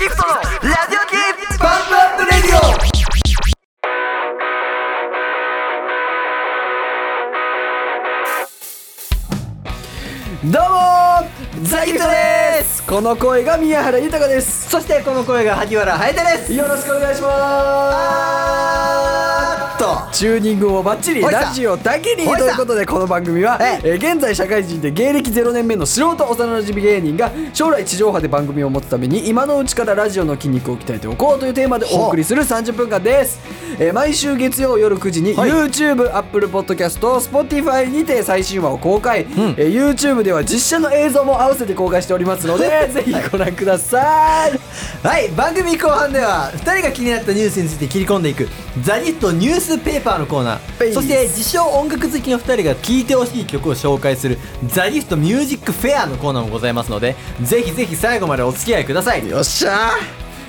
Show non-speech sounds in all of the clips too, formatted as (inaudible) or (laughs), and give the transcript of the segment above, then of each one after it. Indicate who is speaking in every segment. Speaker 1: ギフトのラジオ系バンドアップレディオ
Speaker 2: どうもザギトですこの声が宮原豊です
Speaker 1: そしてこの声が萩原颯です
Speaker 2: よろしくお願いしま
Speaker 1: あーっ
Speaker 2: すチューニングもバッチリ
Speaker 1: ほいさ
Speaker 2: ラジオだけにと
Speaker 1: ほいさ
Speaker 2: いうことでこの番組は、
Speaker 1: え
Speaker 2: えー現在社会人で芸歴0年目の素人幼馴染芸人が将来地上波で番組を持つために今のうちからラジオの筋肉を鍛えておこうというテーマでお送りする30分間です、えー毎週月曜夜9時に
Speaker 1: はい
Speaker 2: YouTube、Apple Podcast、Spotify にて最新話を公開、えー YouTube では実写の映像も合わせて公開しておりますのでぜひご覧ください
Speaker 1: とはい番組後半では2人が気になったニュースについて切り込んでいく「ザニットニュースペーパー」のコーナ
Speaker 2: ペ
Speaker 1: ー
Speaker 2: イ
Speaker 1: そして自称音楽好きの2人が聴いてほしい曲を紹介する「ザニットミュージックフェア」のコーナーもございますのでぜひぜひ最後までお付き合いください
Speaker 2: よっしゃー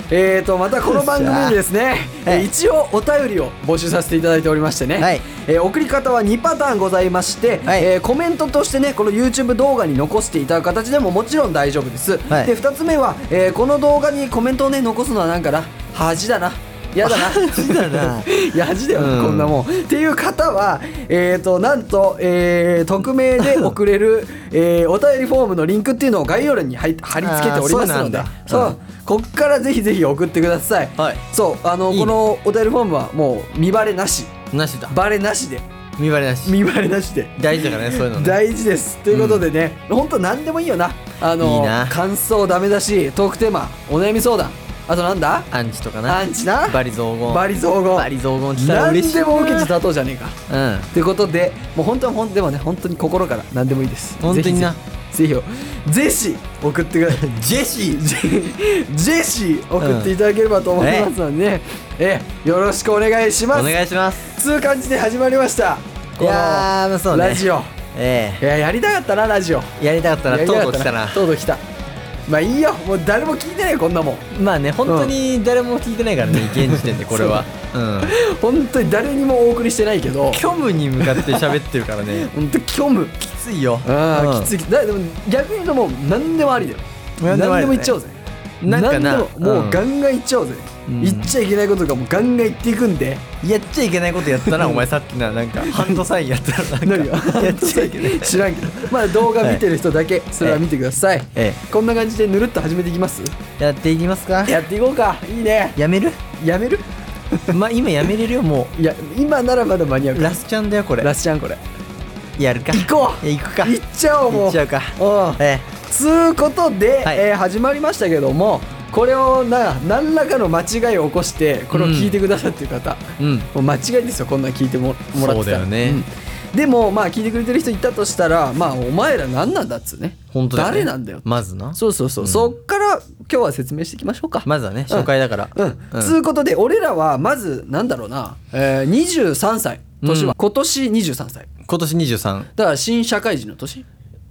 Speaker 2: えーとまたこの番組にですね、
Speaker 1: ゃー
Speaker 2: えー一応お便りを募集させていただいておりましてね、
Speaker 1: はい
Speaker 2: えー送り方は2パターンございまして、
Speaker 1: はい
Speaker 2: えーコメントとしてねこの YouTube 動画に残していただく形でももちろん大丈夫です、
Speaker 1: はい
Speaker 2: で2つ目は、えーこの動画にコメントをね残すのはなんかな恥だなやだな恥
Speaker 1: だな
Speaker 2: (laughs) いや恥だよ、
Speaker 1: うん
Speaker 2: こんなもんっていう方はえーとなんと、えー匿名で送れる、えーお便りフォームのリンクっていうのを概要欄に入っ貼り付けておりますの
Speaker 1: あーそうなん
Speaker 2: で
Speaker 1: だ
Speaker 2: そう
Speaker 1: うん
Speaker 2: こっからぜひぜひ送ってください、
Speaker 1: はい
Speaker 2: そうあの
Speaker 1: いいね
Speaker 2: このお便りフォームはもう見バレなし
Speaker 1: なしだ
Speaker 2: バレなしで
Speaker 1: 見バレなし
Speaker 2: 見バレなしで
Speaker 1: 大事だからねそういうのね
Speaker 2: 大事ですということでね、ほんと何でもいいよなあの
Speaker 1: いいな
Speaker 2: 感想ダメだしトークテーマお悩み相談あとなんだ
Speaker 1: アンチとかな
Speaker 2: アンチな
Speaker 1: バリ雑言
Speaker 2: バ
Speaker 1: リ
Speaker 2: リ造語
Speaker 1: バリ雑言来たら
Speaker 2: 何
Speaker 1: 嬉しい
Speaker 2: でも受けてたとうじゃねえか
Speaker 1: うん
Speaker 2: ということでもう本当はほんでもね本当に心から何でもいいです
Speaker 1: 本当にな
Speaker 2: ぜひぜひぜひ送ってください
Speaker 1: (laughs) ジェシー
Speaker 2: ジェ (laughs) ジェシー送っていただければと思いますのでね、ええよろしくお願いしま
Speaker 1: お
Speaker 2: す
Speaker 1: 願いします
Speaker 2: つう感じで始まりました
Speaker 1: いやーまあ
Speaker 2: こ
Speaker 1: そ
Speaker 2: の
Speaker 1: うね
Speaker 2: ラジオ
Speaker 1: え
Speaker 2: いややりたかったなラジオ
Speaker 1: えやりたかった
Speaker 2: や
Speaker 1: な
Speaker 2: り
Speaker 1: とう
Speaker 2: か
Speaker 1: と
Speaker 2: っ
Speaker 1: う来たな
Speaker 2: とうとう来たまあいいよもう誰も聞いてないよこんなもん
Speaker 1: まあね本当に誰も聞いてない (laughs) からね、現時点でこれはうん
Speaker 2: 本当に誰にもお送りしてないけど
Speaker 1: 虚無に向かって喋ってるからね
Speaker 2: 本当虚無
Speaker 1: きついよ
Speaker 2: あ
Speaker 1: うん
Speaker 2: あきついきついだでも逆に言うともう何でもありだよ何
Speaker 1: 何で
Speaker 2: で
Speaker 1: も
Speaker 2: も
Speaker 1: ありだね
Speaker 2: 言っちゃおうぜ
Speaker 1: なんかな
Speaker 2: 何でももうガンガン言っちゃおうぜ
Speaker 1: うん
Speaker 2: 言っちゃいけないことがもうガンガン言っていくんで
Speaker 1: やっちゃいけないことやっ
Speaker 2: (laughs)
Speaker 1: たなお前さっきななんかハンドサインやったらなん
Speaker 2: 何
Speaker 1: か
Speaker 2: が
Speaker 1: やっちゃいけな
Speaker 2: (laughs)
Speaker 1: い
Speaker 2: 知らんけどまあ動画見てる人だけそれは見てください
Speaker 1: え
Speaker 2: こんな感じでぬるっと始めていきます
Speaker 1: えやっていきますか
Speaker 2: やっていこうかいいね
Speaker 1: やめる
Speaker 2: やめる
Speaker 1: まあ今やめれるよも
Speaker 2: いや今ならまだ間に合う
Speaker 1: う
Speaker 2: か
Speaker 1: ラスチャンだよこれ
Speaker 2: ラスちゃんこれ
Speaker 1: やるか
Speaker 2: 行こう
Speaker 1: いや行くか
Speaker 2: 行っちゃおうもう
Speaker 1: 行っちゃうか
Speaker 2: うん
Speaker 1: え
Speaker 2: つうことで、
Speaker 1: はい
Speaker 2: えー始まりましたけどもこれをな何らかの間違いを起こしてこれを聞いてくださってる方、
Speaker 1: えうん
Speaker 2: もう間違いですよこんなん聞いてももらってたら
Speaker 1: そうだよね
Speaker 2: うんでもまあ聞いてくれてる人いたとしたらまあお前ら何なんだっつうね
Speaker 1: 本当だよね
Speaker 2: 誰なんだよ
Speaker 1: まずな
Speaker 2: そうそうそう、そっから今日は説明していきましょうか
Speaker 1: まずはね初回だから
Speaker 2: うん、つうことで俺らはまずなんだろうな、えー、23歳年は、
Speaker 1: うん
Speaker 2: 今年23歳
Speaker 1: 今年23
Speaker 2: だから新社会人の年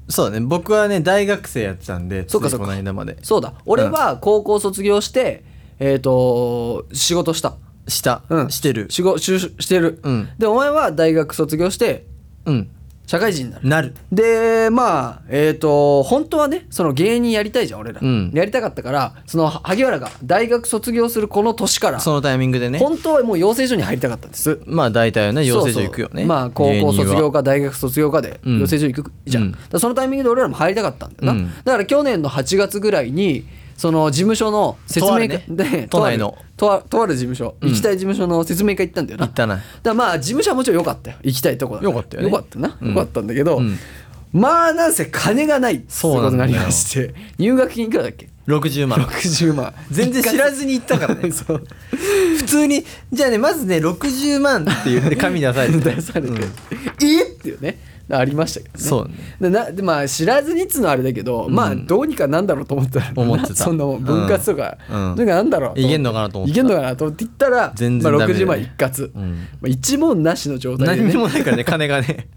Speaker 1: そうだね僕はね大学生やってたんで
Speaker 2: そうか
Speaker 1: つい
Speaker 2: そうか
Speaker 1: この間まで
Speaker 2: そうだ俺は高校卒業して、えっ、と仕事した
Speaker 1: した、
Speaker 2: うん
Speaker 1: してる
Speaker 2: 仕事就職してる、
Speaker 1: うん
Speaker 2: でお前は大学卒業して
Speaker 1: うん
Speaker 2: 社会人になる
Speaker 1: なる
Speaker 2: でまあえっ、と本当はねその芸人やりたいじゃん俺ら、
Speaker 1: うん
Speaker 2: やりたかったからその萩原が大学卒業するこの年から
Speaker 1: そのタイミングでね
Speaker 2: 本当はもう養成所に入りたかったんです
Speaker 1: まあ大体はね養成所行くよ
Speaker 2: そう
Speaker 1: ね
Speaker 2: そうまあ高校卒業
Speaker 1: 芸人は
Speaker 2: か大学卒業かで
Speaker 1: うん
Speaker 2: 養成所行くじゃん、
Speaker 1: うん
Speaker 2: だからそのタイミングで俺らも入りたかったんだよな、
Speaker 1: うん
Speaker 2: だから去年の8月ぐらいにその事務所の説明会
Speaker 1: とあるね
Speaker 2: で
Speaker 1: 都内の
Speaker 2: とあるとあとある事務所、
Speaker 1: うん
Speaker 2: 行きたい事務所の説明会行ったんだよな
Speaker 1: 行ったな
Speaker 2: だからまあ事務所はもちろん良かったよ行きたいとこだら
Speaker 1: 良かったよね
Speaker 2: 良かったな、
Speaker 1: うん
Speaker 2: 良かったんだけど、
Speaker 1: うん
Speaker 2: まあなんせ金がないってことになりまして入学金いくらだっ
Speaker 1: (laughs)
Speaker 2: け
Speaker 1: 60万
Speaker 2: 60万
Speaker 1: 全然知らずに行った
Speaker 2: (laughs)
Speaker 1: からね普通にじゃあねまずね60万って言
Speaker 2: (laughs)
Speaker 1: って紙出されて
Speaker 2: 出されて、
Speaker 1: うん
Speaker 2: えっていうねありましたけどね
Speaker 1: そう
Speaker 2: でなでまあ知らずにっつうのはあれだけど、まあどうにかなんだろうと思ったら
Speaker 1: 思ってた
Speaker 2: そんなもん分割とか、
Speaker 1: うんうん
Speaker 2: どうにかなんだろうと思って
Speaker 1: いけんのかなと思っ
Speaker 2: い
Speaker 1: てた
Speaker 2: けんのかなと思って言ったら
Speaker 1: 全然
Speaker 2: ま
Speaker 1: ダ
Speaker 2: あ、
Speaker 1: メだ
Speaker 2: 60
Speaker 1: よ
Speaker 2: 万
Speaker 1: ね
Speaker 2: 一括、
Speaker 1: うん
Speaker 2: まあ、一問なしの状態で、
Speaker 1: 何
Speaker 2: ね
Speaker 1: に、もないからね金
Speaker 2: (laughs)
Speaker 1: がね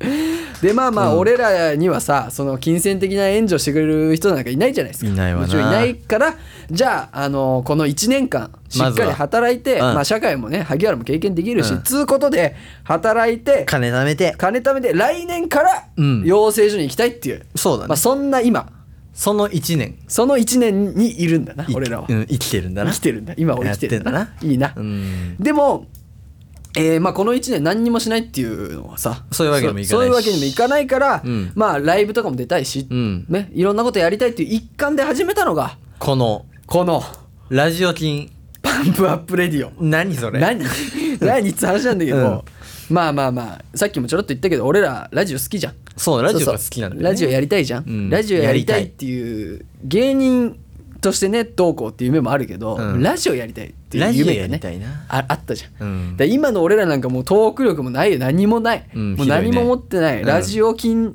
Speaker 2: でまあまあ俺らにはさその金銭的な援助してくれる人なんかいないじゃないですか
Speaker 1: いないわな
Speaker 2: もちろんいないからじゃあ、あのこの1年間しっ
Speaker 1: まず
Speaker 2: かり
Speaker 1: は
Speaker 2: 働いて、
Speaker 1: うん
Speaker 2: まあ、社会もね萩原も経験できるし、
Speaker 1: うん
Speaker 2: つうことで働いて
Speaker 1: 金貯めて
Speaker 2: 金貯めて来年から
Speaker 1: うん
Speaker 2: 養成所に行きたいっていう、
Speaker 1: そうだね
Speaker 2: まあ、そんな今
Speaker 1: その1年
Speaker 2: その1年にいるんだな
Speaker 1: 生き
Speaker 2: 俺らは
Speaker 1: うん、生きてるんだな
Speaker 2: 生きてるんだ今は生きてるんだ
Speaker 1: や
Speaker 2: な
Speaker 1: って
Speaker 2: いいな、
Speaker 1: うん
Speaker 2: でも、えーまあ、この1年何にもしないっていうのはさ
Speaker 1: そういうわけにもいか
Speaker 2: そ
Speaker 1: な
Speaker 2: う
Speaker 1: いし
Speaker 2: そううわけにもいかないから、
Speaker 1: うん
Speaker 2: まあライブとかも出たいし、
Speaker 1: うん
Speaker 2: ね、いろんなことやりたいっていう一環で始めたのが
Speaker 1: この
Speaker 2: この
Speaker 1: ラジオ金
Speaker 2: 「パンプアップレディオ」
Speaker 1: 何それ
Speaker 2: 何何って話なんだけど、まあまあまあさっきもちょろっと言ったけど俺らラジオ好きじゃん
Speaker 1: そうラジオが
Speaker 2: そう
Speaker 1: 好
Speaker 2: そう
Speaker 1: きなんだよ、ね、
Speaker 2: ラジオやりたいじゃん、
Speaker 1: うん
Speaker 2: ラジオやりた
Speaker 1: や
Speaker 2: いっ
Speaker 1: りたい
Speaker 2: ていう芸人としてねどうこうっていう夢もあるけど、
Speaker 1: うん
Speaker 2: ラジオやりたいっていう夢が
Speaker 1: ラジオやり
Speaker 2: ね
Speaker 1: たいな
Speaker 2: ああったじゃん、
Speaker 1: うん
Speaker 2: で今の俺らなんかもうトーク力もないよ何もない、
Speaker 1: うん
Speaker 2: もう
Speaker 1: ひどいね
Speaker 2: 何も持ってない、
Speaker 1: うん
Speaker 2: ラジオ金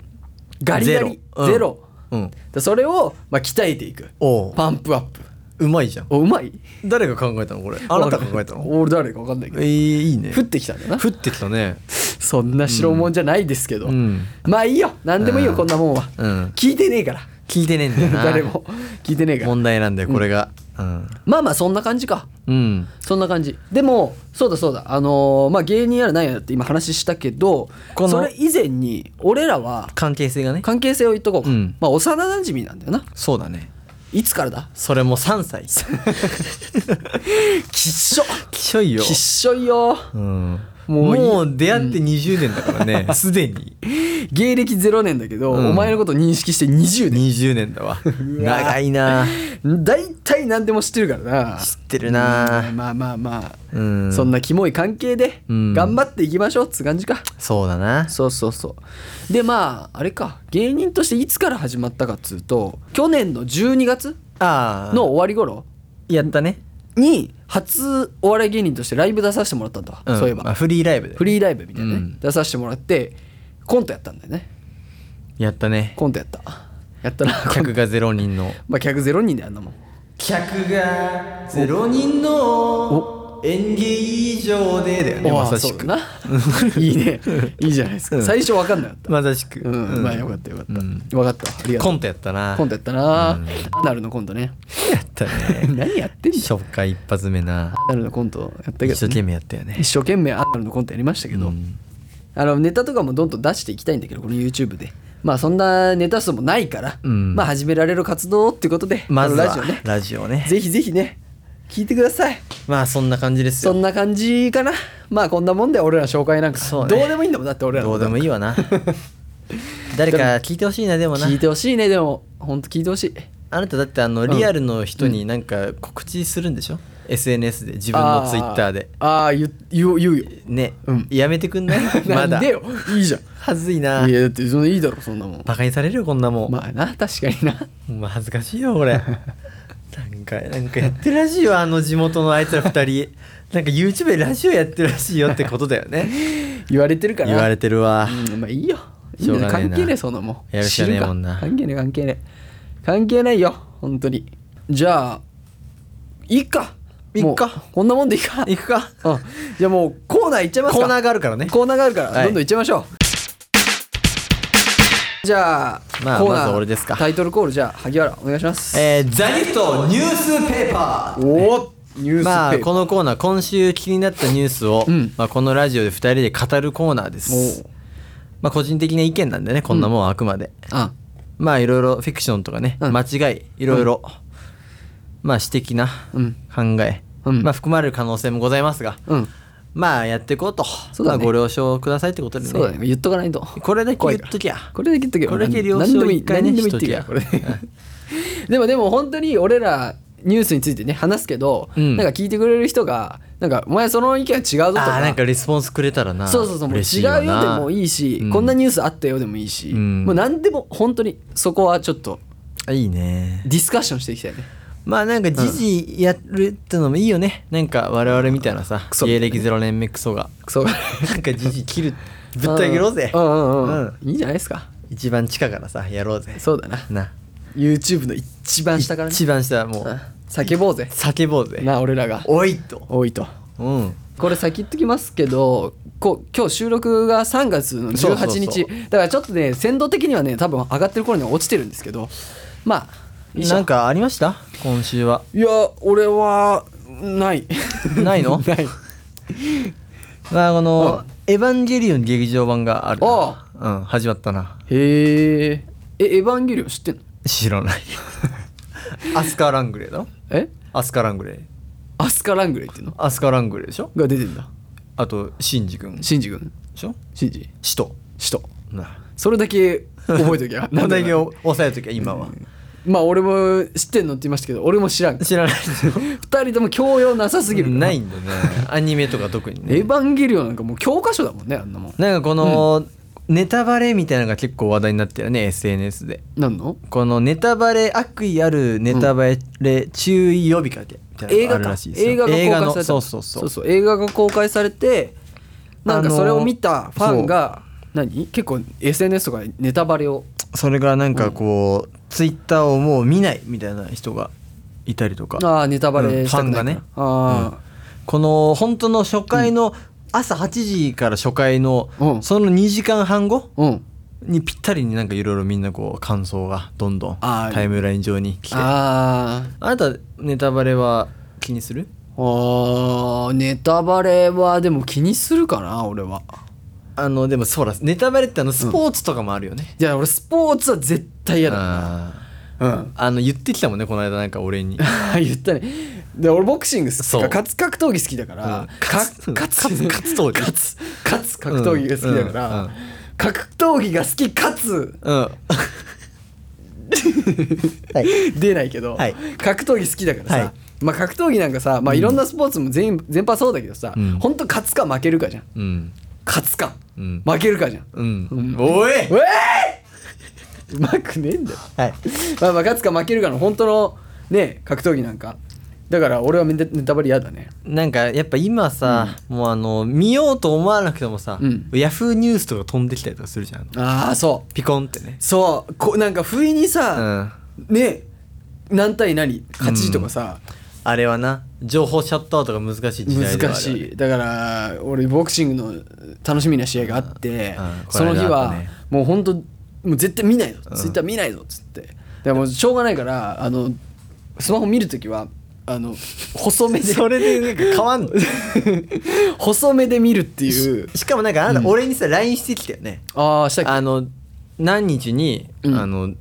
Speaker 2: ガリガリゼロ,、
Speaker 1: うんうん
Speaker 2: でそれを、まあ、鍛えていく
Speaker 1: おう
Speaker 2: パンプアップ
Speaker 1: うまいじゃん
Speaker 2: おうまい
Speaker 1: 誰が考えたのこれあなたが考えたの
Speaker 2: 俺誰か分かんないけ
Speaker 1: え
Speaker 2: ど、
Speaker 1: ー、いいね
Speaker 2: 降ってきたんだな
Speaker 1: 降ってきたね
Speaker 2: そんな白物じゃないですけど、
Speaker 1: うん
Speaker 2: まあいいよ何でもいいよ、
Speaker 1: うん
Speaker 2: こんなもんは、
Speaker 1: うん
Speaker 2: 聞いてねえから
Speaker 1: 聞いてねえ (laughs) んだよな
Speaker 2: 誰も聞いてねえから
Speaker 1: 問題なんだよこれがうん、
Speaker 2: まあまあそんな感じか
Speaker 1: うん、
Speaker 2: そんな感じでもそうだそうだあのーまあ芸人やら何やらって今話したけど
Speaker 1: この
Speaker 2: それ以前に俺らは
Speaker 1: 関係性がね
Speaker 2: 関係性を言っとこうか、
Speaker 1: うん
Speaker 2: まあ幼馴染なんだよな
Speaker 1: そうだね
Speaker 2: いつからだ
Speaker 1: それも3歳
Speaker 2: きっしょ
Speaker 1: (laughs) きしょい
Speaker 2: (laughs) き
Speaker 1: よ
Speaker 2: っしょいよ
Speaker 1: うん
Speaker 2: も
Speaker 1: も
Speaker 2: う
Speaker 1: う
Speaker 2: いい
Speaker 1: 出会って20年だからねすで、に
Speaker 2: 芸歴0年だけど、
Speaker 1: うん
Speaker 2: お前のこと認識して20年
Speaker 1: 20年 (laughs) だわ長いな
Speaker 2: 大体何でも知ってるからな
Speaker 1: 知ってるな
Speaker 2: うんまあまあまあ、
Speaker 1: うん
Speaker 2: そんなキモい関係で
Speaker 1: うん
Speaker 2: 頑張っていきましょうっつ感じか、
Speaker 1: そうだな
Speaker 2: そうそうそうでまああれか芸人としていつから始まったかっつうと去年の12月
Speaker 1: ああ
Speaker 2: の終わり頃
Speaker 1: やったね、
Speaker 2: に初お笑い芸人としてライブ出させてもらったんだわ、
Speaker 1: ん
Speaker 2: そういえ
Speaker 1: あ
Speaker 2: ば
Speaker 1: フリーライブで
Speaker 2: フリーライブみたいなね、
Speaker 1: うん
Speaker 2: 出させてもらってコントやったんだよね
Speaker 1: やったね
Speaker 2: コントやったやった (laughs) なコント
Speaker 1: 客が0人の
Speaker 2: まあ客ゼロ人であんなもん
Speaker 1: 客が0人の演技以上でだよね
Speaker 2: ああ
Speaker 1: まさ
Speaker 2: そ
Speaker 1: し
Speaker 2: うだ
Speaker 1: く
Speaker 2: な (laughs) いいねいいじゃないですか、
Speaker 1: うん
Speaker 2: 最初わかんなかった、
Speaker 1: まさしく、
Speaker 2: うん
Speaker 1: うん
Speaker 2: まあよかったよかった、
Speaker 1: うん
Speaker 2: わかったありがと
Speaker 1: コ
Speaker 2: う
Speaker 1: ントやったな
Speaker 2: コントやったな、なるのコントね
Speaker 1: やったね
Speaker 2: (laughs) 何やってんだよ
Speaker 1: 初回一発目な
Speaker 2: なるのコントやったけど、ね、
Speaker 1: 一生懸命やったよね
Speaker 2: 一生懸命アナルのコントやりましたけど、
Speaker 1: うん
Speaker 2: あのネタとかもどんどん出していきたいんだけどこの YouTube でまあそんなネタ数もないから、
Speaker 1: うん
Speaker 2: まあ始められる活動っていうことで
Speaker 1: まずは
Speaker 2: このラジオね
Speaker 1: ラジオね
Speaker 2: ぜひぜひね聞いてください
Speaker 1: まあそんな感じです
Speaker 2: そ
Speaker 1: よ
Speaker 2: んな感じかなまあこんなもんで俺ら紹介なんか、
Speaker 1: そうね
Speaker 2: どうでもいいんだもんだって俺らの
Speaker 1: ど
Speaker 2: こ
Speaker 1: う
Speaker 2: と
Speaker 1: でもいい
Speaker 2: (laughs)
Speaker 1: わな誰か聞いてほしいなでもな
Speaker 2: 聞いてほしいねでもほんと聞いてほしい
Speaker 1: あなただってあの
Speaker 2: ん
Speaker 1: リアルの人になんか告知するんでしょ、SNS で自分のツイッターで
Speaker 2: あーあー言う言う言うよ
Speaker 1: ね、
Speaker 2: うん
Speaker 1: やめてくんない
Speaker 2: (laughs) な
Speaker 1: (laughs) ま
Speaker 2: ん
Speaker 1: だ
Speaker 2: でよいいじゃん
Speaker 1: はずいない
Speaker 2: やだってそのいいだろそんなもん
Speaker 1: バカにされるよこんなもん、
Speaker 2: まあな確かにな
Speaker 1: ほんま恥ずかしいよ (laughs) これなんかなんかやってるらしいよあの地元のあいつら二人なんか YouTube でラジオやってるらしいよってことだよね
Speaker 2: 言われてるから
Speaker 1: 言われてるわ、
Speaker 2: うん、まあいいよ。いい
Speaker 1: しょ
Speaker 2: よ
Speaker 1: うがねえ
Speaker 2: 関
Speaker 1: な
Speaker 2: 係ねえ、そんなもん。
Speaker 1: やるしかねえもんな
Speaker 2: 知るか関係ねえ、関係ねえ。関係ないよ、本当に。じゃあ、いっか。
Speaker 1: いっか
Speaker 2: もう。こんなもんでいいか。
Speaker 1: 行くか
Speaker 2: うん。じゃあもうコーナーいっちゃいますか。
Speaker 1: コーナーがあるからね
Speaker 2: コーナーがあるから、
Speaker 1: はい
Speaker 2: どんどんいっちゃいましょう。じゃあ、
Speaker 1: まあ
Speaker 2: コーナー
Speaker 1: まず俺ですか
Speaker 2: タイトルコール、じゃあ、萩原、お願いします。
Speaker 1: えー、ザギフトニュースペーパー
Speaker 2: おおニュースペーパー。
Speaker 1: まあこのコーナー今週気になったニュースを、
Speaker 2: うん
Speaker 1: まあ、このラジオで2人で語るコーナーで
Speaker 2: お
Speaker 1: す
Speaker 2: う、
Speaker 1: まあ、個人的な意見なんでねこんなもんはあくまで、
Speaker 2: あ
Speaker 1: まあいろいろフィクションとかね、
Speaker 2: うん
Speaker 1: 間違いいろいろ、まあ私的な
Speaker 2: うん
Speaker 1: 考え、
Speaker 2: うん
Speaker 1: まあ含まれる可能性もございますが、
Speaker 2: うん。
Speaker 1: まあやっていこうと
Speaker 2: そうだね
Speaker 1: まあ、ご了承くださいってことでね
Speaker 2: そうだね。言っとかないと。
Speaker 1: これだけ
Speaker 2: 怖
Speaker 1: 言
Speaker 2: い
Speaker 1: っ
Speaker 2: から
Speaker 1: ときゃ
Speaker 2: これだけ言っとけよ
Speaker 1: これだけ了
Speaker 2: 何で
Speaker 1: 承
Speaker 2: もいい
Speaker 1: 一回ね
Speaker 2: 何でもいいって言う
Speaker 1: しときゃ
Speaker 2: から (laughs) これでもでも本当に俺らニュースについてね話すけど、
Speaker 1: うん
Speaker 2: なんか聞いてくれる人がなんかお前その意見は違うぞと
Speaker 1: あ
Speaker 2: か
Speaker 1: あなんかリスポンスくれたらな
Speaker 2: そうそうそうもう
Speaker 1: 嬉し
Speaker 2: 違
Speaker 1: いわ
Speaker 2: うよで
Speaker 1: な
Speaker 2: もいいし、
Speaker 1: うん
Speaker 2: こんなニュースあったよでもいいし、
Speaker 1: うん
Speaker 2: もう何でも本当にそこはちょっと
Speaker 1: いいね
Speaker 2: ディスカッションしていきたいね
Speaker 1: まあなんか時事やるってのもいいよね、なんか我々みたいなさ
Speaker 2: クソみたいな
Speaker 1: 芸
Speaker 2: ね
Speaker 1: 歴0年目クソが
Speaker 2: ク (laughs) ソぶ
Speaker 1: なんか時事切るぶった切ろうぜ
Speaker 2: うんうんうん、
Speaker 1: うん
Speaker 2: いいんじゃないですか
Speaker 1: 一番地下からさやろうぜ
Speaker 2: そうだな
Speaker 1: な
Speaker 2: YouTube の一番下からね
Speaker 1: 一番下も
Speaker 2: うん
Speaker 1: う
Speaker 2: 叫ぼうぜ
Speaker 1: 叫ぼうぜ
Speaker 2: な俺らが
Speaker 1: おいと
Speaker 2: 多いと
Speaker 1: うん
Speaker 2: これ先言っときますけどこ今日収録が3月の18日
Speaker 1: そうそうそう
Speaker 2: だからちょっとね鮮度的にはね多分上がってる頃には落ちてるんですけどまあいい
Speaker 1: なん
Speaker 2: か
Speaker 1: かありました今週はい
Speaker 2: や俺はない
Speaker 1: ないの
Speaker 2: (laughs) ない
Speaker 1: まあこの「エヴァンゲリオン」劇場版がある
Speaker 2: あ
Speaker 1: うん始まったな
Speaker 2: へーえエヴァンゲリオン知ってんの
Speaker 1: 知らない (laughs) アスカラングレーだろ
Speaker 2: え
Speaker 1: アスカラングレー
Speaker 2: アスカ・ラングレーっていうの
Speaker 1: アスカラングレーでしょ
Speaker 2: が出てんだ
Speaker 1: あとシンジ君で
Speaker 2: シンジ君
Speaker 1: しょ
Speaker 2: シンジ
Speaker 1: 使徒
Speaker 2: 使徒
Speaker 1: (laughs) な
Speaker 2: それだけ覚えとき
Speaker 1: (laughs)
Speaker 2: ゃな
Speaker 1: 問題
Speaker 2: んで
Speaker 1: に
Speaker 2: も
Speaker 1: 押さえときゃ今は
Speaker 2: まあ俺も知ってんのって言いましたけど俺も知ら
Speaker 1: (laughs)
Speaker 2: ん
Speaker 1: 知らない
Speaker 2: 二人とも教養なさすぎるから
Speaker 1: ないんだねアニメとか特に
Speaker 2: エ
Speaker 1: ね
Speaker 2: ヴァンゲリオンなんかもう教科書だもんねあんなもん
Speaker 1: なんかこのネタバレみたいなのが結構話題になってるね SNS で
Speaker 2: なんの
Speaker 1: このネタバレ悪意あるネタバレ注意呼びかけみたい
Speaker 2: 映画
Speaker 1: なのがある
Speaker 2: から
Speaker 1: しいですよ
Speaker 2: 映画が公開された
Speaker 1: のそうそうそう
Speaker 2: 映画が公開されてなんかそれを見たファンが何結構 SNS とかでネタバレを
Speaker 1: それがなんかこう、ツイッターをもう見ないみたいな人がいたりとか
Speaker 2: ああネタバレしたくないから、
Speaker 1: うんファンがね
Speaker 2: あ
Speaker 1: この本当の初回の朝8時から初回の、
Speaker 2: うん
Speaker 1: その2時間半後
Speaker 2: あうん
Speaker 1: にぴったりになんかいろいろみんなこう感想がどんどん
Speaker 2: あー
Speaker 1: タイムライン上に来てあ
Speaker 2: あー
Speaker 1: なたネタバレは気にする
Speaker 2: あーネタバレはでも気にするかな俺は
Speaker 1: あのでもそうだネタバレってあのスポーツとかもあるよね、
Speaker 2: いや俺スポーツは絶対嫌だ
Speaker 1: あ
Speaker 2: う
Speaker 1: ー
Speaker 2: ん
Speaker 1: あの言ってきたもんねこの間なんか
Speaker 2: (laughs)
Speaker 1: 俺に
Speaker 2: 言ったねで俺ボクシング好き
Speaker 1: そう
Speaker 2: かかつ格闘技好きだから、
Speaker 1: うん
Speaker 2: か
Speaker 1: かつ
Speaker 2: か
Speaker 1: かつ格闘技
Speaker 2: かつかつ格闘技が好きだから、
Speaker 1: うんうんうん
Speaker 2: 格闘技が好きかつ
Speaker 1: うんは
Speaker 2: 出ないけど、
Speaker 1: はい
Speaker 2: 格闘技好きだからさ、
Speaker 1: はい
Speaker 2: まあ、格闘技なんかさ、まあ、いろんなスポーツも全,、全般そうだけどさ、
Speaker 1: うん
Speaker 2: ほんと勝つか負けるかじゃん
Speaker 1: うん
Speaker 2: 勝つか、
Speaker 1: うん
Speaker 2: 負けるかじゃん
Speaker 1: うん、おい
Speaker 2: ええー、うまくねえんだよ
Speaker 1: はい
Speaker 2: まあまあ勝つか負けるかの本当のね格闘技なんかだから俺はネタネタバレ嫌だね
Speaker 1: なんかやっぱ今さ、もうあの見ようと思わなくてもさ、
Speaker 2: うん
Speaker 1: ヤフーニュースとか飛んできたりとかするじゃんあの
Speaker 2: ああそ
Speaker 1: ピコンってね
Speaker 2: うそうこうなんか不意に
Speaker 1: う
Speaker 2: さ、
Speaker 1: ん
Speaker 2: ね何対何勝ちとかさ、
Speaker 1: あれはな情報シャットアウトが難しい時代で
Speaker 2: 難
Speaker 1: はある
Speaker 2: しいだから俺ボクシングの楽しみな試合があって、
Speaker 1: うんうん
Speaker 2: その日
Speaker 1: この間あっ
Speaker 2: は
Speaker 1: たね
Speaker 2: もう本当もう絶対見ないぞ、ツイッター見ないぞっつってでもうしょうがないからあのスマホ見るときはあの細めで
Speaker 1: (laughs) それでなんか変わんの
Speaker 2: (laughs) 細めで見るっていう
Speaker 1: しかもなんかあなた俺にさ LINE してきたよね、
Speaker 2: ああしたっけ
Speaker 1: あの何日に、
Speaker 2: うん
Speaker 1: あの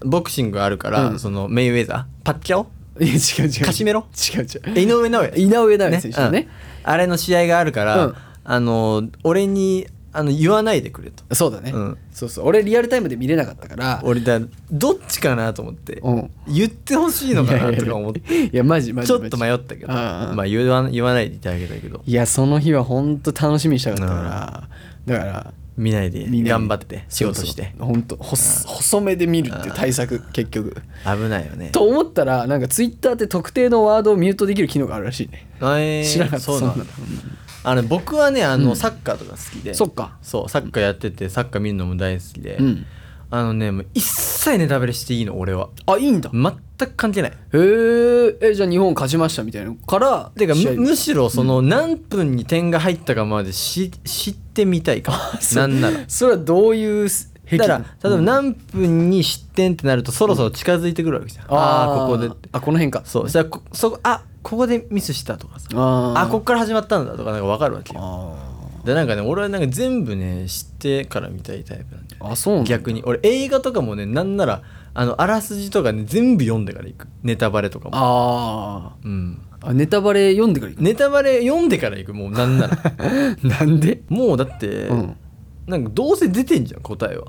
Speaker 1: ボクシングあるから、
Speaker 2: うん
Speaker 1: そのメイウェザーパッキャオ
Speaker 2: いや違う違う
Speaker 1: カシメロ
Speaker 2: 違う違
Speaker 1: 井上尚弥
Speaker 2: う井上尚弥選手ね
Speaker 1: うんあれの試合があるから、
Speaker 2: うん
Speaker 1: あの俺にあの言わないでくれと
Speaker 2: そうだね、
Speaker 1: うん
Speaker 2: そうそう俺リアルタイムで見れなかったから
Speaker 1: 俺だどっちかなと思って、
Speaker 2: うん
Speaker 1: 言ってほしいの
Speaker 2: い
Speaker 1: か
Speaker 2: やい
Speaker 1: な
Speaker 2: や
Speaker 1: とか思って
Speaker 2: いやマジマジ
Speaker 1: ちょっと迷
Speaker 2: っ
Speaker 1: ったけど
Speaker 2: ああ
Speaker 1: まあ言わ言わないでいただけたけど
Speaker 2: いやその日は本当楽しみにしたかったからだから
Speaker 1: 見ないで
Speaker 2: みんな
Speaker 1: 頑張って仕事して
Speaker 2: 本当細めで見るっていう対策結局
Speaker 1: 危ないよね
Speaker 2: と思ったらなんかツイッターって特定のワードをミュートできる機能があるらしいね
Speaker 1: えー
Speaker 2: 知らなかった
Speaker 1: そうなんだ
Speaker 2: そん
Speaker 1: あの僕はねあの、
Speaker 2: うん
Speaker 1: サッカーとか好きで
Speaker 2: そっか
Speaker 1: そうサッカーやっててサッカー見るのも大好きで、
Speaker 2: うん
Speaker 1: あのねもう一切ネタバレしていいの俺は
Speaker 2: あいいんだへ
Speaker 1: 全く関係ない
Speaker 2: ーえじゃあ日本勝ちましたみたいなのから
Speaker 1: てか
Speaker 2: 試合
Speaker 1: むむしろその何分に点が入ったかまでし知ってみたいかもなんなら
Speaker 2: それはどういう
Speaker 1: だ
Speaker 2: 壁
Speaker 1: から例えば何分に失点ってなるとそろそろ近づいてくるわけじゃん、ああここで
Speaker 2: あこの辺か
Speaker 1: そうしたらこそこあここでミスしたとかさ
Speaker 2: あー
Speaker 1: あこっから始まったんだとかなんか分かるわけよ
Speaker 2: あ
Speaker 1: でなんかね俺はなんか全部ね知ってから見たいタイプなんだよ
Speaker 2: ーあそうなんだ
Speaker 1: 逆に俺映画とかもねなんならあのあらすじとかね全部読んでから行くネタバレとかも
Speaker 2: あ
Speaker 1: うん
Speaker 2: ーあネタバレ読んでからいく
Speaker 1: ネタバレ読んでから行くもう (laughs) なんなら
Speaker 2: なんで
Speaker 1: もうだって、
Speaker 2: うん
Speaker 1: なんかどうせ出てんじゃん答えは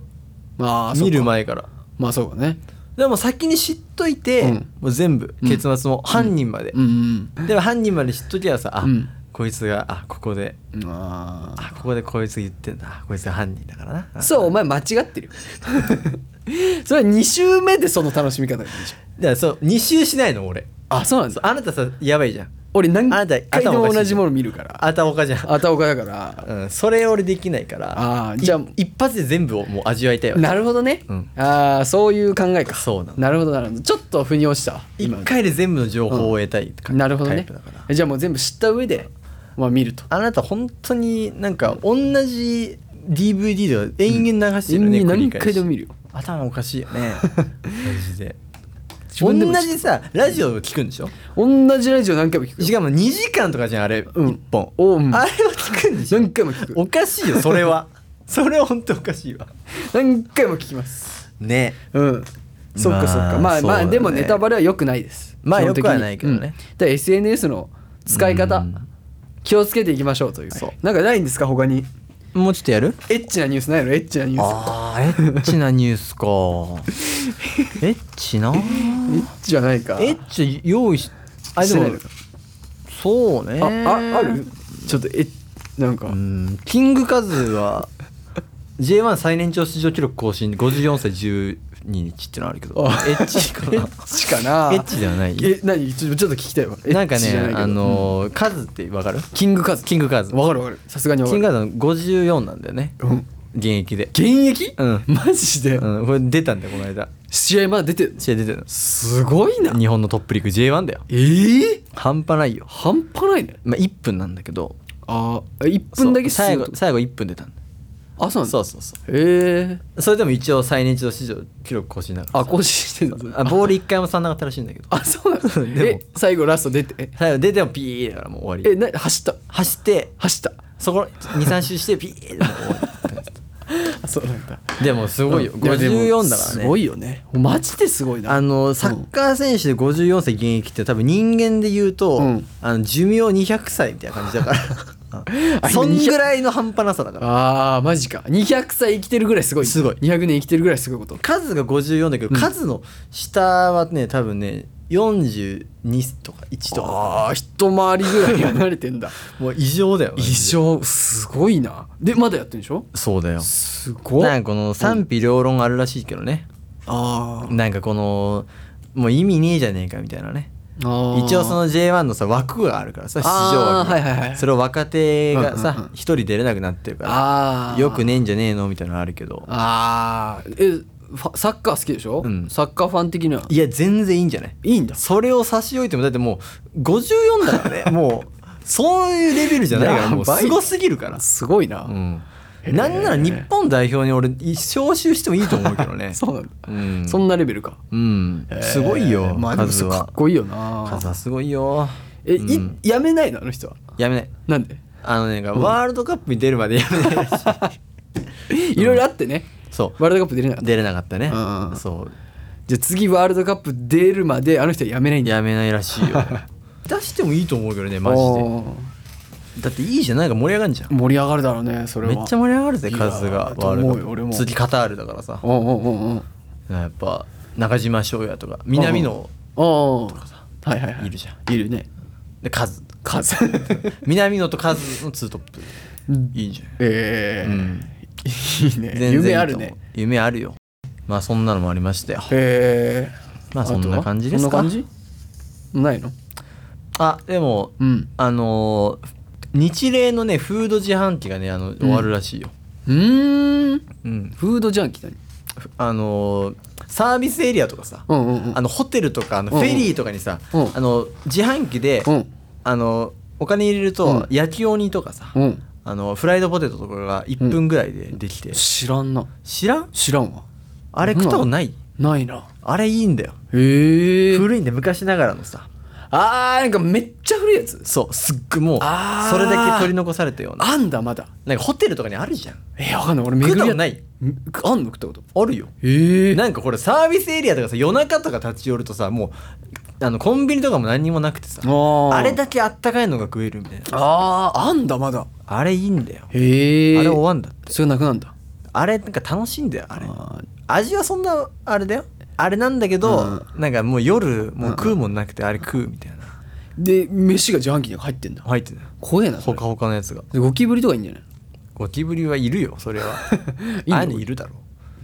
Speaker 2: ああ
Speaker 1: 見る
Speaker 2: 前
Speaker 1: 前から
Speaker 2: まあそうかね
Speaker 1: でも先に知っといて、
Speaker 2: うん
Speaker 1: もう全部
Speaker 2: うん
Speaker 1: 結末も犯人まで、
Speaker 2: うんうん
Speaker 1: でも犯人まで知っときゃさあ、
Speaker 2: うん
Speaker 1: こいつがあここで
Speaker 2: うんあ
Speaker 1: あここでこいつ言ってんだあこいつが犯人だからな
Speaker 2: あそうお前間違ってる (laughs) よそれは2週目でその楽しみ方がいいじ
Speaker 1: だからそう2周しないの俺
Speaker 2: ゃんあそうなん
Speaker 1: そう
Speaker 2: だ
Speaker 1: あなたさやばいじゃん
Speaker 2: 俺何
Speaker 1: あなた
Speaker 2: 回で
Speaker 1: 頭お
Speaker 2: も
Speaker 1: かしい
Speaker 2: 同じもの見るから
Speaker 1: あたおかじゃん
Speaker 2: あたおかだから
Speaker 1: うん、それ俺できないから
Speaker 2: あーじゃあ
Speaker 1: い一発で全部をもう味わいたいわけ
Speaker 2: なるほどね
Speaker 1: うん
Speaker 2: ああそういう考えか
Speaker 1: そうなの
Speaker 2: なるほどなるほどちょっと腑に落ちたわ
Speaker 1: 一
Speaker 2: 今の
Speaker 1: 回で全部の情報を得たいって感じ
Speaker 2: なるほど
Speaker 1: タイ
Speaker 2: ね
Speaker 1: プだから
Speaker 2: じゃあもう全部知った上で、まあ、見ると
Speaker 1: あなた本当になんか同じ DVD では延々流してるよね、
Speaker 2: 人間
Speaker 1: 繰り
Speaker 2: 何
Speaker 1: 返し
Speaker 2: 回でも見るよ
Speaker 1: 頭おかしいよ
Speaker 2: (laughs)
Speaker 1: ねマジで
Speaker 2: 自
Speaker 1: 同
Speaker 2: 分でも
Speaker 1: じさラジオ聞くんでしょ
Speaker 2: 同じラジオ何回も聞く
Speaker 1: し
Speaker 2: よ
Speaker 1: かも2時間とかじゃんあれ
Speaker 2: うん
Speaker 1: 1本、
Speaker 2: おううん
Speaker 1: あれを聞くんでしょ
Speaker 2: 何回も聞く
Speaker 1: おかしい
Speaker 2: (laughs)
Speaker 1: よそれはそれは本当おかしいわ
Speaker 2: 何回も聞きます
Speaker 1: ね
Speaker 2: うんそっかそっかまあまあ、
Speaker 1: そうだね
Speaker 2: でもネタバレは良くないです
Speaker 1: まあ
Speaker 2: 基本的に
Speaker 1: 良くはないけどね
Speaker 2: うんだから SNS の使い方、
Speaker 1: うん
Speaker 2: 気をつけていきましょうという
Speaker 1: そう
Speaker 2: なんかないんですか他に
Speaker 1: もうちょっとやる
Speaker 2: エッチなニュースないのエッチなニュース
Speaker 1: あーエッチなニュースか
Speaker 2: (laughs)
Speaker 1: エッチな
Speaker 2: エッチじゃないか
Speaker 1: エッチ用意しあ
Speaker 2: し
Speaker 1: で
Speaker 2: てな
Speaker 1: も
Speaker 2: いのか
Speaker 1: そうね
Speaker 2: あああるちょっとえなんか、
Speaker 1: うんキングカズは J1 最年長出場記録更新54歳12日ってのあるけど
Speaker 2: あ
Speaker 1: エッチか
Speaker 2: (laughs)
Speaker 1: な
Speaker 2: チかな
Speaker 1: エッチではない
Speaker 2: え何ちょちょっと聞きたいわエ
Speaker 1: なん
Speaker 2: ッ
Speaker 1: か
Speaker 2: チじゃない
Speaker 1: ね
Speaker 2: けど
Speaker 1: あのーカズってわかる
Speaker 2: キングカズ
Speaker 1: キングカズ
Speaker 2: わかるわかるさすがにわ
Speaker 1: キ
Speaker 2: か
Speaker 1: ン
Speaker 2: る
Speaker 1: グカズの54なんだよね
Speaker 2: うん
Speaker 1: 現役で
Speaker 2: 現役
Speaker 1: うん
Speaker 2: (laughs) マジで、
Speaker 1: うんこれ出たんだよこの間
Speaker 2: 試合まだ出てる
Speaker 1: 試合出てる
Speaker 2: すごいな
Speaker 1: 日本のトップリーグ J1 だよ
Speaker 2: えー、
Speaker 1: 半端ないよ
Speaker 2: 半端ないね
Speaker 1: まあ1分なんだけど
Speaker 2: ああ1分だけ
Speaker 1: そう最後
Speaker 2: 進むと
Speaker 1: 最後1分出たんだ
Speaker 2: あそうなんだ
Speaker 1: そうそうそ
Speaker 2: へえ
Speaker 1: うそれでも一応最年長史上記録更新だから
Speaker 2: あ更新してんだそれ
Speaker 1: あボール1回も触んなかったらしいんだけど
Speaker 2: (laughs) あそう
Speaker 1: (laughs)
Speaker 2: なんだ
Speaker 1: でも
Speaker 2: え最後ラスト出て
Speaker 1: 最後出てもピーだからもう終わ
Speaker 2: え
Speaker 1: り
Speaker 2: な走った
Speaker 1: 走って
Speaker 2: 走った
Speaker 1: そこ23周してピーでもう終わ
Speaker 2: あそうなんだ (laughs)
Speaker 1: りでもすごいよ
Speaker 2: いやでも
Speaker 1: 54だからね
Speaker 2: すごいよねマジですごいな
Speaker 1: あのサッカー選手で54歳現役って多分人間で言うと、
Speaker 2: うん
Speaker 1: あの寿命200歳みたいな感じだから
Speaker 2: (laughs) あ
Speaker 1: そんぐらいの半端なさだから
Speaker 2: あーマジか200歳生きてるぐらいすごい
Speaker 1: すごい
Speaker 2: 200年生きてるぐらいすごいこと
Speaker 1: 数が54だけど、数の下はね多分ね42とか1とか
Speaker 2: ああ一回りぐらい離れてんだ
Speaker 1: もう異常だよ
Speaker 2: 異常すごいなでまだやってるんでしょ
Speaker 1: そうだよ
Speaker 2: すごい
Speaker 1: なん
Speaker 2: あ
Speaker 1: かこの賛否両論あるらしいけどね、
Speaker 2: あー
Speaker 1: なんかこのもう意味ねえじゃねえかみたいなね
Speaker 2: あー
Speaker 1: 一応その J1 のさ枠があるからさ市場
Speaker 2: あ
Speaker 1: 枠
Speaker 2: ー
Speaker 1: が、
Speaker 2: はいはいはい
Speaker 1: それを若手が
Speaker 2: うんうん
Speaker 1: さ一、人出れなくなってるか
Speaker 2: あ
Speaker 1: ら
Speaker 2: あ
Speaker 1: よくねえんじゃねえのみたいなのあるけど
Speaker 2: ああえファサッカー好きでしょ、
Speaker 1: うん
Speaker 2: サッカーファン的にはい
Speaker 1: や全然いいんじゃない
Speaker 2: いいんだ
Speaker 1: それを差し置いてもだってもう54だから
Speaker 2: (laughs)
Speaker 1: ねもうそういうレベルじゃないからもう
Speaker 2: やばい
Speaker 1: すごすぎるから、
Speaker 2: すごいな、
Speaker 1: うん、なんなら日本代表に俺招集してもいいと思うけどね
Speaker 2: (laughs) そうなんだ、
Speaker 1: うん
Speaker 2: そんなレベルか
Speaker 1: うん、すごいよ、
Speaker 2: えーまあでも
Speaker 1: 数
Speaker 2: そうか
Speaker 1: は
Speaker 2: っこいいよな
Speaker 1: 数はすごいよ
Speaker 2: え、
Speaker 1: う
Speaker 2: い
Speaker 1: ん
Speaker 2: やめないのあの人は
Speaker 1: やめない
Speaker 2: なんで
Speaker 1: あのね、ワールドカップに出るまでやめないらしい
Speaker 2: いろいろあってね
Speaker 1: そ
Speaker 2: ワールドカップ出れなか
Speaker 1: う
Speaker 2: った
Speaker 1: (laughs) 出れなかったね
Speaker 2: うん
Speaker 1: そう
Speaker 2: じゃあ次ワールドカップ出るまであの人はやめないんだ
Speaker 1: やめないら (laughs) しいよ出してもいいと思うけどねマジ
Speaker 2: おー
Speaker 1: でだっていいじゃんないか盛り上がるじゃん
Speaker 2: 盛り上がるだろうねそれは
Speaker 1: めっちゃ盛り上がるぜ
Speaker 2: いや
Speaker 1: 数が
Speaker 2: と
Speaker 1: ワール
Speaker 2: 思う
Speaker 1: ドカ
Speaker 2: よ
Speaker 1: ッ
Speaker 2: 俺
Speaker 1: プ
Speaker 2: も
Speaker 1: 次カタールだからさ
Speaker 2: うんうんうんうん
Speaker 1: やっぱ中島翔也とか南野
Speaker 2: おおはいはいはい
Speaker 1: いるじゃ
Speaker 2: んいるね
Speaker 1: で数
Speaker 2: 数
Speaker 1: (laughs) 南野と数のツートップいいんじゃない
Speaker 2: ええ
Speaker 1: うん
Speaker 2: いいね
Speaker 1: 全然いいと思う
Speaker 2: 夢あるね
Speaker 1: 夢あるよまあそんなのもありましたよ
Speaker 2: へえ
Speaker 1: まあそんな感じですか
Speaker 2: そんな感じないの
Speaker 1: あでも
Speaker 2: うん
Speaker 1: あのー日例のねフード自販機がねあの終わるらしいよ、
Speaker 2: うーん
Speaker 1: うん
Speaker 2: フードジャンキー
Speaker 1: ふあのーサービスエリアとかさ、
Speaker 2: 何うんうんうん
Speaker 1: あのホテルとかあの
Speaker 2: うん
Speaker 1: フ
Speaker 2: うん
Speaker 1: ェリーとかにさ、
Speaker 2: うん
Speaker 1: あの自販機で、
Speaker 2: うん
Speaker 1: あのお金入れると
Speaker 2: うん
Speaker 1: 焼き鬼とかさ、
Speaker 2: うん
Speaker 1: あのフライドポテトとかが1分ぐらいでできて、
Speaker 2: 知らんな
Speaker 1: 知らん
Speaker 2: 知らんわ
Speaker 1: あれ食ったことない
Speaker 2: ないな
Speaker 1: あれいいんだよ
Speaker 2: へえ
Speaker 1: 古いんで昔ながらのさ
Speaker 2: あーなんかめっちゃ古いやつ
Speaker 1: そうすっごいもう
Speaker 2: あー
Speaker 1: それだけ取り残されたような
Speaker 2: あんだまだ
Speaker 1: なんかホテルとかにあるじゃん
Speaker 2: えー、わかんない俺
Speaker 1: 食
Speaker 2: 巡り
Speaker 1: った
Speaker 2: 合
Speaker 1: こ
Speaker 2: っ
Speaker 1: とない
Speaker 2: あんの食ったこと
Speaker 1: あるよ
Speaker 2: へえ
Speaker 1: なんかこれサービスエリアとかさ夜中とか立ち寄るとさもうあのコンビニとかも何にもなくてさ
Speaker 2: あ
Speaker 1: あれ
Speaker 2: だ
Speaker 1: だけあったかいのが食えるみたいな
Speaker 2: あーあんだまだ
Speaker 1: あれいいんだよ
Speaker 2: へえ
Speaker 1: あれ終わんだって
Speaker 2: それなくなんだ
Speaker 1: あれなんか楽しいんだよあれ
Speaker 2: あ
Speaker 1: 味はそんなあれだよあれなんだけどなんかもう夜もう食うもんなくてあれ食うみたいな
Speaker 2: ーで飯がジャンキーに入ってんだ
Speaker 1: 入ってたよ
Speaker 2: 怖えなそ
Speaker 1: ほ
Speaker 2: れ
Speaker 1: かほかのやつが
Speaker 2: でゴキブリとかいいんじゃない
Speaker 1: ゴキブリはいるよそれは
Speaker 2: (laughs) いいの
Speaker 1: ああいうのいるだろ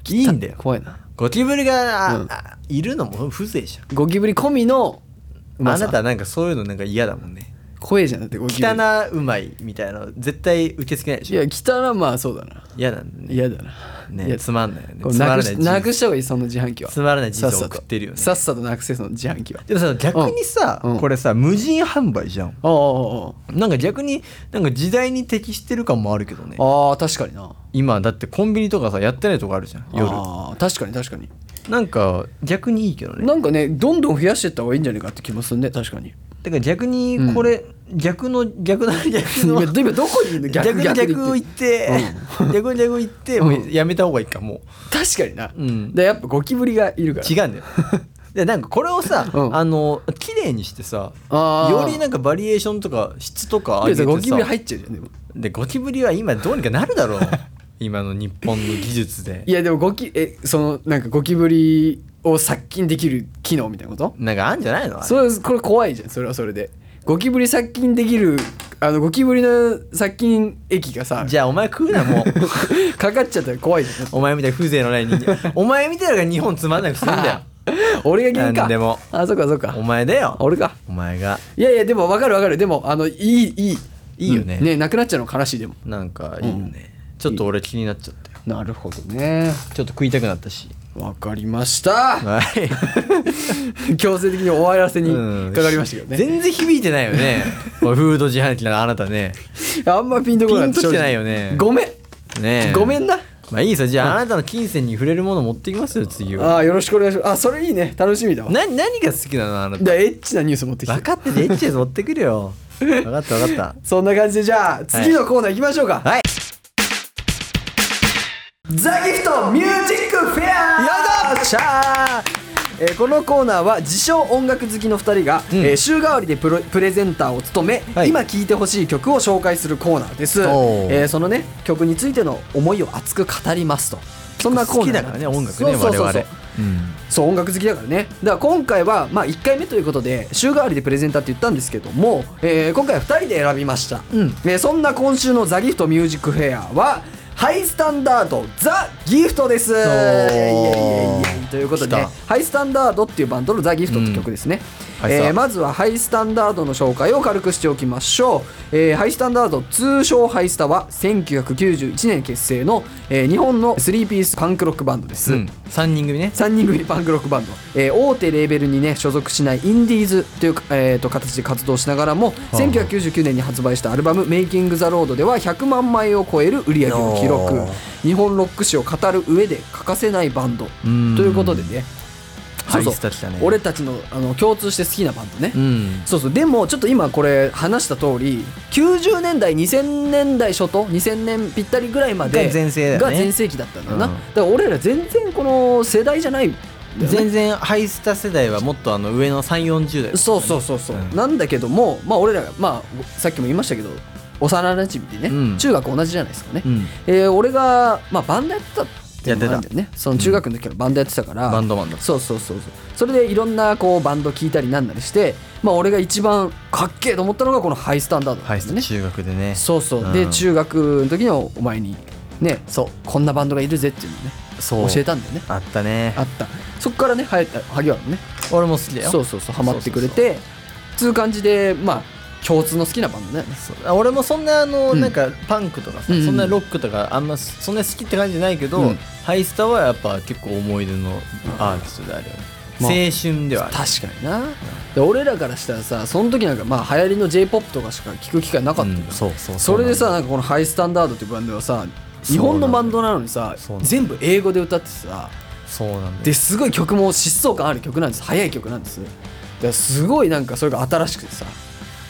Speaker 1: いいんだよ
Speaker 2: 怖いな
Speaker 1: ゴキブリがあ
Speaker 2: うん
Speaker 1: あいるのも風情じ
Speaker 2: ゴキブリ込みの
Speaker 1: ゃんあなたなんかそういうのなんか嫌だもんね
Speaker 2: 怖えじゃんだってゴキブリ
Speaker 1: 汚うまいみたいなの絶対受け付けないで
Speaker 2: い
Speaker 1: しょ
Speaker 2: や汚いまあそうだな
Speaker 1: 嫌なんね
Speaker 2: 嫌だな
Speaker 1: ね
Speaker 2: いや
Speaker 1: つまんないよね
Speaker 2: こう
Speaker 1: つま
Speaker 2: な
Speaker 1: らな
Speaker 2: く
Speaker 1: い
Speaker 2: し
Speaker 1: 人生
Speaker 2: なくした方がいいその自販機は
Speaker 1: つまらない人
Speaker 2: さっ
Speaker 1: 生
Speaker 2: さ
Speaker 1: 送
Speaker 2: と
Speaker 1: ってるよね
Speaker 2: さっさとなくせその自販機は
Speaker 1: でもさ逆にさ、
Speaker 2: うん
Speaker 1: これさ無人販売じゃん
Speaker 2: ああ
Speaker 1: なんか逆になんか時代に適してる感もあるけどね
Speaker 2: ああああ確かにな
Speaker 1: 今だってコンビニとかさやってないとこあるじゃん夜
Speaker 2: ああ確かに確かに
Speaker 1: なんか逆にいいけどね (laughs)
Speaker 2: なんかねどんどん増やしてった方がいいんじゃないかって気もするね確かに
Speaker 1: だから逆にこれ、逆の逆の逆の
Speaker 2: 今今どこにいるの逆
Speaker 1: 逆の逆
Speaker 2: 言
Speaker 1: を言っ
Speaker 2: って
Speaker 1: 逆の逆を言って
Speaker 2: うん
Speaker 1: もうやめた方がいいかも
Speaker 2: 確かにな、
Speaker 1: うん
Speaker 2: でやっぱゴキブリがいるから
Speaker 1: う違うん
Speaker 2: (laughs)
Speaker 1: だよでなんかこれをさ、
Speaker 2: うん
Speaker 1: あの綺麗にしてさ
Speaker 2: あー
Speaker 1: よりなんかバリエーションとか質とか上げ
Speaker 2: いやゴ
Speaker 1: て
Speaker 2: キブリ入
Speaker 1: さ
Speaker 2: っちゃうじゃんでも
Speaker 1: でゴキブリは今どうにかなるだろう今の (laughs) 日本の技術で
Speaker 2: いやでもゴキえそのなんかゴキブリを殺菌できる機能みたいなこと
Speaker 1: なんかあんじゃないのあれ
Speaker 2: それこれ怖いじゃんそれはそれでゴキブリ殺菌できるあのゴキブリの殺菌液がさ
Speaker 1: じゃあお前食うなも
Speaker 2: (laughs)
Speaker 1: う
Speaker 2: かかっちゃったら怖いじゃん
Speaker 1: お前みたいな風情のない人間お前みたいなのが日本つまんなくするんだよ
Speaker 2: 俺が原因
Speaker 1: な
Speaker 2: か
Speaker 1: んでも
Speaker 2: あそっかそっか
Speaker 1: お前だよ
Speaker 2: 俺か
Speaker 1: お前が
Speaker 2: いやいやでも分かる分かるでもあのいいいい
Speaker 1: いいよね
Speaker 2: うんねなくなっちゃうの悲しいでも
Speaker 1: なんかいいよね、ちょっと俺気になっちゃったよ
Speaker 2: なるほどね
Speaker 1: ちょっと食いたくなったし
Speaker 2: 分かりました
Speaker 1: はい
Speaker 2: 強制的に終わらせに (laughs)
Speaker 1: うん
Speaker 2: かかりましたけどね、
Speaker 1: 全然響いてないよ
Speaker 2: (laughs)
Speaker 1: ねこれフード自販機なあなたね
Speaker 2: あんまピンとこなかった
Speaker 1: ピンときてないよね
Speaker 2: ごめん
Speaker 1: ねえ
Speaker 2: ごめんな
Speaker 1: まあいいさじゃああなたの金銭に触れるもの持ってきますよ次は
Speaker 2: あーよろしくお願いしますあそれいいね楽しみだわ
Speaker 1: な何が好きなのあなた
Speaker 2: だエッチなニュース持ってきて
Speaker 1: 分かっててエッチなやつ持ってく
Speaker 2: (laughs)
Speaker 1: るよ分かった分かっ
Speaker 2: そんな感じでじゃあ次のコーナー行きましょうか
Speaker 1: はい
Speaker 2: ザ・ギフトミュージックフェアよっしゃーえーこのコーナーは自称音楽好きの2人が、
Speaker 1: うん
Speaker 2: えー週替わりでプロプレゼンターを務め、
Speaker 1: はい
Speaker 2: 今聴いてほしい曲を紹介するコーナーです、
Speaker 1: おー
Speaker 2: えーそのね曲についての思いを熱く語りますとそん
Speaker 1: た
Speaker 2: なコ
Speaker 1: 好
Speaker 2: ー
Speaker 1: き
Speaker 2: ナ
Speaker 1: だ
Speaker 2: ー
Speaker 1: から
Speaker 2: に
Speaker 1: ね
Speaker 2: なって
Speaker 1: 音
Speaker 2: ます
Speaker 1: 楽ね
Speaker 2: そうそ
Speaker 1: 我
Speaker 2: うそう
Speaker 1: 々
Speaker 2: そう
Speaker 1: うん
Speaker 2: そう音楽好きだからねだから今回は、まあ、1回目ということで週替わりでプレゼンターって言ったんですけども、えー今回は2人で選びました、
Speaker 1: うん
Speaker 2: えーそんな今週の「ザ・ギフトミュージックフェアはハイスタンダードザ・ギフトですイエイイエイイエイということで、ね
Speaker 1: 来、
Speaker 2: ハイスタンダードっていうバンドのザ・ギフトって曲ですね、
Speaker 1: うん
Speaker 2: えー
Speaker 1: はい
Speaker 2: まずはハイスタンダードの紹介を軽くしておきましょう、えーハイスタンダード通称ハイスタは1991年結成の、えー日本の3ピースパンクロックバンドです、
Speaker 1: うん3人組ね
Speaker 2: 3人組パンクロックバンド、えー大手レーベルにね所属しないインディーズというか、えーと形で活動しながらも
Speaker 1: あはあ
Speaker 2: 1999年に発売したアルバム「メイキング・ザ・ロード」では100万枚を超える売り上げを記録
Speaker 1: おー
Speaker 2: 日本ロック史を語る上で欠かせないバンドと
Speaker 1: ん
Speaker 2: いうことでねそうそ
Speaker 1: ハイスタ来た
Speaker 2: う
Speaker 1: ね
Speaker 2: 俺たちのあの共通して好きなバンドね、
Speaker 1: うん
Speaker 2: そうそうでもちょっと今これ話した通り90年代2000年代初頭2000年ぴったりぐらいまで
Speaker 1: が全盛だよね
Speaker 2: が全盛期だったんだよな、
Speaker 1: うん
Speaker 2: だから俺ら全然この世代じゃないんだよね
Speaker 1: 全然ハイスタ世代はもっとあの上の3 4 0代
Speaker 2: そうそうそうそう、
Speaker 1: うん
Speaker 2: なんだけどもまあ俺らがまあさっきも言いましたけど幼馴染でね、
Speaker 1: うん
Speaker 2: 中学同じじゃないですかね、
Speaker 1: うん
Speaker 2: えー俺が、まあ、バンドやってたっていうのもあるん
Speaker 1: やって
Speaker 2: だよねその中学の時からバンドやってたから、
Speaker 1: バンドマンだ
Speaker 2: そうそうそうそうそれでいろんなこうバンド聴いたりなんなりして、まあ、俺が一番かっけえと思ったのがこのハイスタンダードだった
Speaker 1: ハ
Speaker 2: ん
Speaker 1: イ
Speaker 2: です
Speaker 1: ス
Speaker 2: ね
Speaker 1: タ中学でね
Speaker 2: そうそう、
Speaker 1: うん
Speaker 2: で中学の時にお前にねそうこんなバンドがいるぜっていうのをね
Speaker 1: そう
Speaker 2: 教えたんだよね
Speaker 1: あったね
Speaker 2: あったそっからねはやった萩原もね
Speaker 1: 俺も好きだよ
Speaker 2: そうそうそうハマってくれてつう感じでまあ共通の好きなバンドだよね
Speaker 1: そう俺もそんなあの、
Speaker 2: うん
Speaker 1: なんかパンクとかさ、
Speaker 2: うんうん
Speaker 1: そんなロックとかあんまそんな好きって感じじゃないけど、
Speaker 2: うん
Speaker 1: ハイスタはやっぱ結構思い出のアーティストであるよね、
Speaker 2: まあ
Speaker 1: 青春ではある
Speaker 2: 確かになで俺らからしたらさその時なんかまあ流行りの j p o p とかしか聞く機会なかったよ
Speaker 1: うんそうそう
Speaker 2: それでさ
Speaker 1: う
Speaker 2: なんかこのハイスタンダードっていうバンドはさ日
Speaker 1: そうなんだよ
Speaker 2: 本のバンドなのにさ
Speaker 1: そうなんだよ
Speaker 2: 全部英語で歌ってさ
Speaker 1: そうなんだよ
Speaker 2: ですごい曲も疾走感ある曲なんです速い曲なんですだからすごいなんかそれが新しくてさ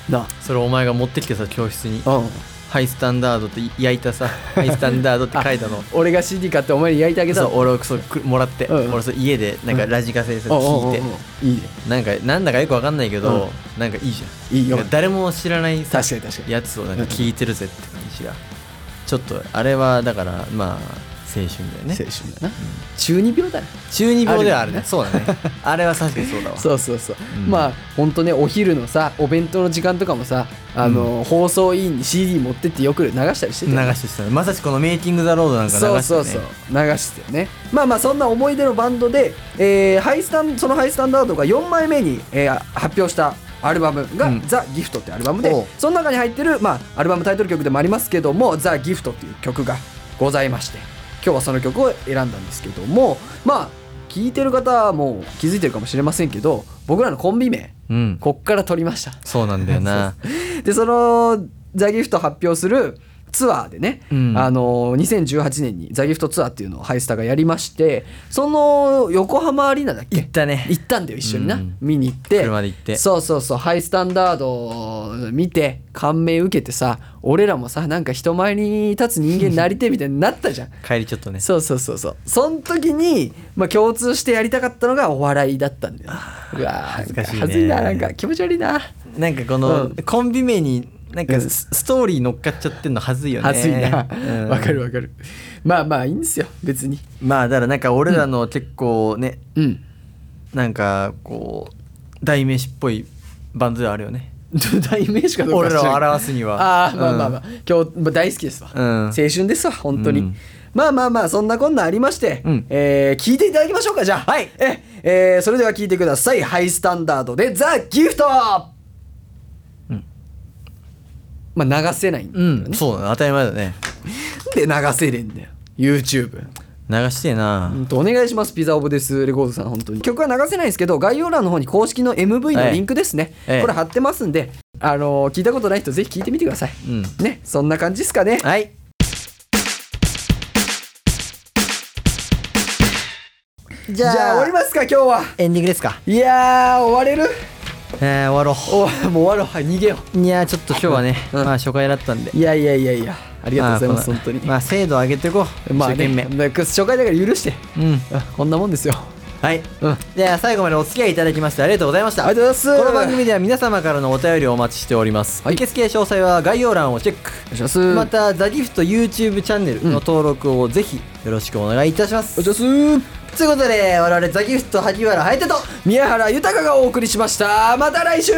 Speaker 2: な
Speaker 1: それお前が持ってきてさ教室に
Speaker 2: うん
Speaker 1: 「ハイスタンダード」って焼い
Speaker 2: (laughs)
Speaker 1: たさ「ハイスタンダード」って書いたの
Speaker 2: 俺が CD 買ってお前に焼いてあげた
Speaker 1: そう
Speaker 2: の
Speaker 1: 俺をそうくもらって、
Speaker 2: うん
Speaker 1: 俺そう家でなんかラジカセでさ聞いて、
Speaker 2: うんうんうんうんいいね
Speaker 1: なんかなんだかよくわかんないけど、なんかいいじゃん
Speaker 2: いいよ
Speaker 1: なんか誰も知らないさ
Speaker 2: 確かに確かに
Speaker 1: やつをなんか聞いてるぜって感じがちょっとあれはだからまあ青春だよね
Speaker 2: 青春だな、中二病だね
Speaker 1: 中二病ではある
Speaker 2: あ
Speaker 1: ね
Speaker 2: る
Speaker 1: そうだね
Speaker 2: (laughs)
Speaker 1: あれは確かにそうだわ
Speaker 2: そうそうそう、
Speaker 1: うん
Speaker 2: まあほんとねお昼のさお弁当の時間とかもさあの、放送委員に CD 持ってってよく流したりして
Speaker 1: 流
Speaker 2: たよね
Speaker 1: してしたねまさしくこの「メイキング・ザ・ロード」なんか流して、
Speaker 2: そう
Speaker 1: ね、
Speaker 2: そうそう流してたよねまあまあそんな思い出のバンドで、えーハイスタンそのハイスタンダードが4枚目に、えー発表したアルバムが
Speaker 1: うん
Speaker 2: 「ザ・ギフトってアルバムで、
Speaker 1: おう
Speaker 2: その中に入ってる、まあ、アルバムタイトル曲でもありますけども「ザ・ギフトっていう曲がございまして今日はその曲を選んだんですけどもまあ聞いてる方はもう気づいてるかもしれませんけど僕らのコンビ名
Speaker 1: うん
Speaker 2: こっから取りました (laughs)
Speaker 1: そうなんだよな
Speaker 2: でそのザ・ギフト発表するツアーでね、
Speaker 1: うん
Speaker 2: あの2018年にザギフトツアーっていうのをハイスタがやりましてその横浜アリーナだっけ
Speaker 1: 行ったね
Speaker 2: 行ったんだよ一緒にな、
Speaker 1: うん
Speaker 2: 見に行って
Speaker 1: 車で行って
Speaker 2: そうそうそうハイスタンダード見て感銘受けてさ俺らもさなんか人前に立つ人間になりてえみたいになったじゃん
Speaker 1: 帰りちょっとね
Speaker 2: そうそうそうそうその時に、まあ、共通してやりたかったのがお笑いだったんだようわ恥
Speaker 1: ずかしいね
Speaker 2: 恥ずいななんか気持ち悪いな
Speaker 1: なんかこ
Speaker 2: う
Speaker 1: の、
Speaker 2: ん
Speaker 1: コンビ名になん
Speaker 2: う
Speaker 1: か
Speaker 2: ん
Speaker 1: スストーリー乗っかっちゃってんのはずいよね
Speaker 2: 恥ずいなわ、
Speaker 1: うん
Speaker 2: かるわかるまあまあいいんですよ別に
Speaker 1: まあだからなんか俺らの結構ね、
Speaker 2: うん
Speaker 1: なんかこう代名詞っぽいバンドではあるよね
Speaker 2: ちょっと代名詞かどうか
Speaker 1: 俺
Speaker 2: は知らん
Speaker 1: らを
Speaker 2: けど
Speaker 1: 表すには
Speaker 2: ああまあまあまあ、今日まあ大好きですわ、
Speaker 1: うん
Speaker 2: 青春ですわ本当に、
Speaker 1: うん
Speaker 2: まあまあまあそんなこんなありまして、
Speaker 1: うん
Speaker 2: えー聞いていただきましょうかじゃあ
Speaker 1: はい
Speaker 2: え、えーそれでは聞いてくださいハイスタンダードでザ・ギフト、
Speaker 1: うん
Speaker 2: まあ流せないんだ
Speaker 1: う
Speaker 2: よ
Speaker 1: ん、
Speaker 2: ね、
Speaker 1: そうだね当たり前だね
Speaker 2: なんで流せれんだよ YouTube
Speaker 1: 流してえな、
Speaker 2: うんとお願いしますピザオブですレコードさん本当に曲は流せないですけど概要欄の方に公式の MV のリンクですね、
Speaker 1: ええ
Speaker 2: これ貼ってますんであのー聞いたことない人ぜひ聞いてみてください、
Speaker 1: うん
Speaker 2: ねそんな感じですかね
Speaker 1: はいじ
Speaker 2: じゃあ終わりますか今日は
Speaker 1: エンディングですか
Speaker 2: いやー終われる
Speaker 1: えー、終わろ
Speaker 2: お (laughs) もう終わろうはい逃げよ
Speaker 1: ういやーちょっと今日はね、
Speaker 2: うん
Speaker 1: まあ初回だったんで
Speaker 2: ういやいやいやいやありがとうございます
Speaker 1: まあ
Speaker 2: 本当に
Speaker 1: まあ精度上げていこう、
Speaker 2: まあ
Speaker 1: 一生懸命
Speaker 2: ねまあ初回だから許して
Speaker 1: うん
Speaker 2: うんこんなもんですよ
Speaker 1: はい、
Speaker 2: うん
Speaker 1: では最後までお付き合いいただきましてありがとうございました
Speaker 2: ありがとうございます
Speaker 1: この番組では皆様からのお便りをお待ちしております、
Speaker 2: はい
Speaker 1: 受付詳細は概要欄をチェック
Speaker 2: お願いしますお願
Speaker 1: またザギフト YouTube チャンネルの登録をぜひよろしくお願いいたします、
Speaker 2: いします
Speaker 1: ということで我々ザギフト萩原颯と
Speaker 2: 宮原豊がお送りしましたまた来週